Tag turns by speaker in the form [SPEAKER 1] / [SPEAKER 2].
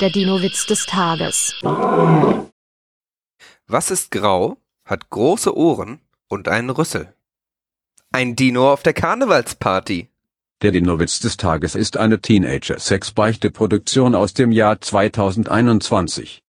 [SPEAKER 1] Der Dino-Witz des Tages.
[SPEAKER 2] Was ist grau, hat große Ohren und einen Rüssel? Ein Dino auf der Karnevalsparty.
[SPEAKER 3] Der Dinowitz des Tages ist eine Teenager-Sex-Beichte-Produktion aus dem Jahr 2021.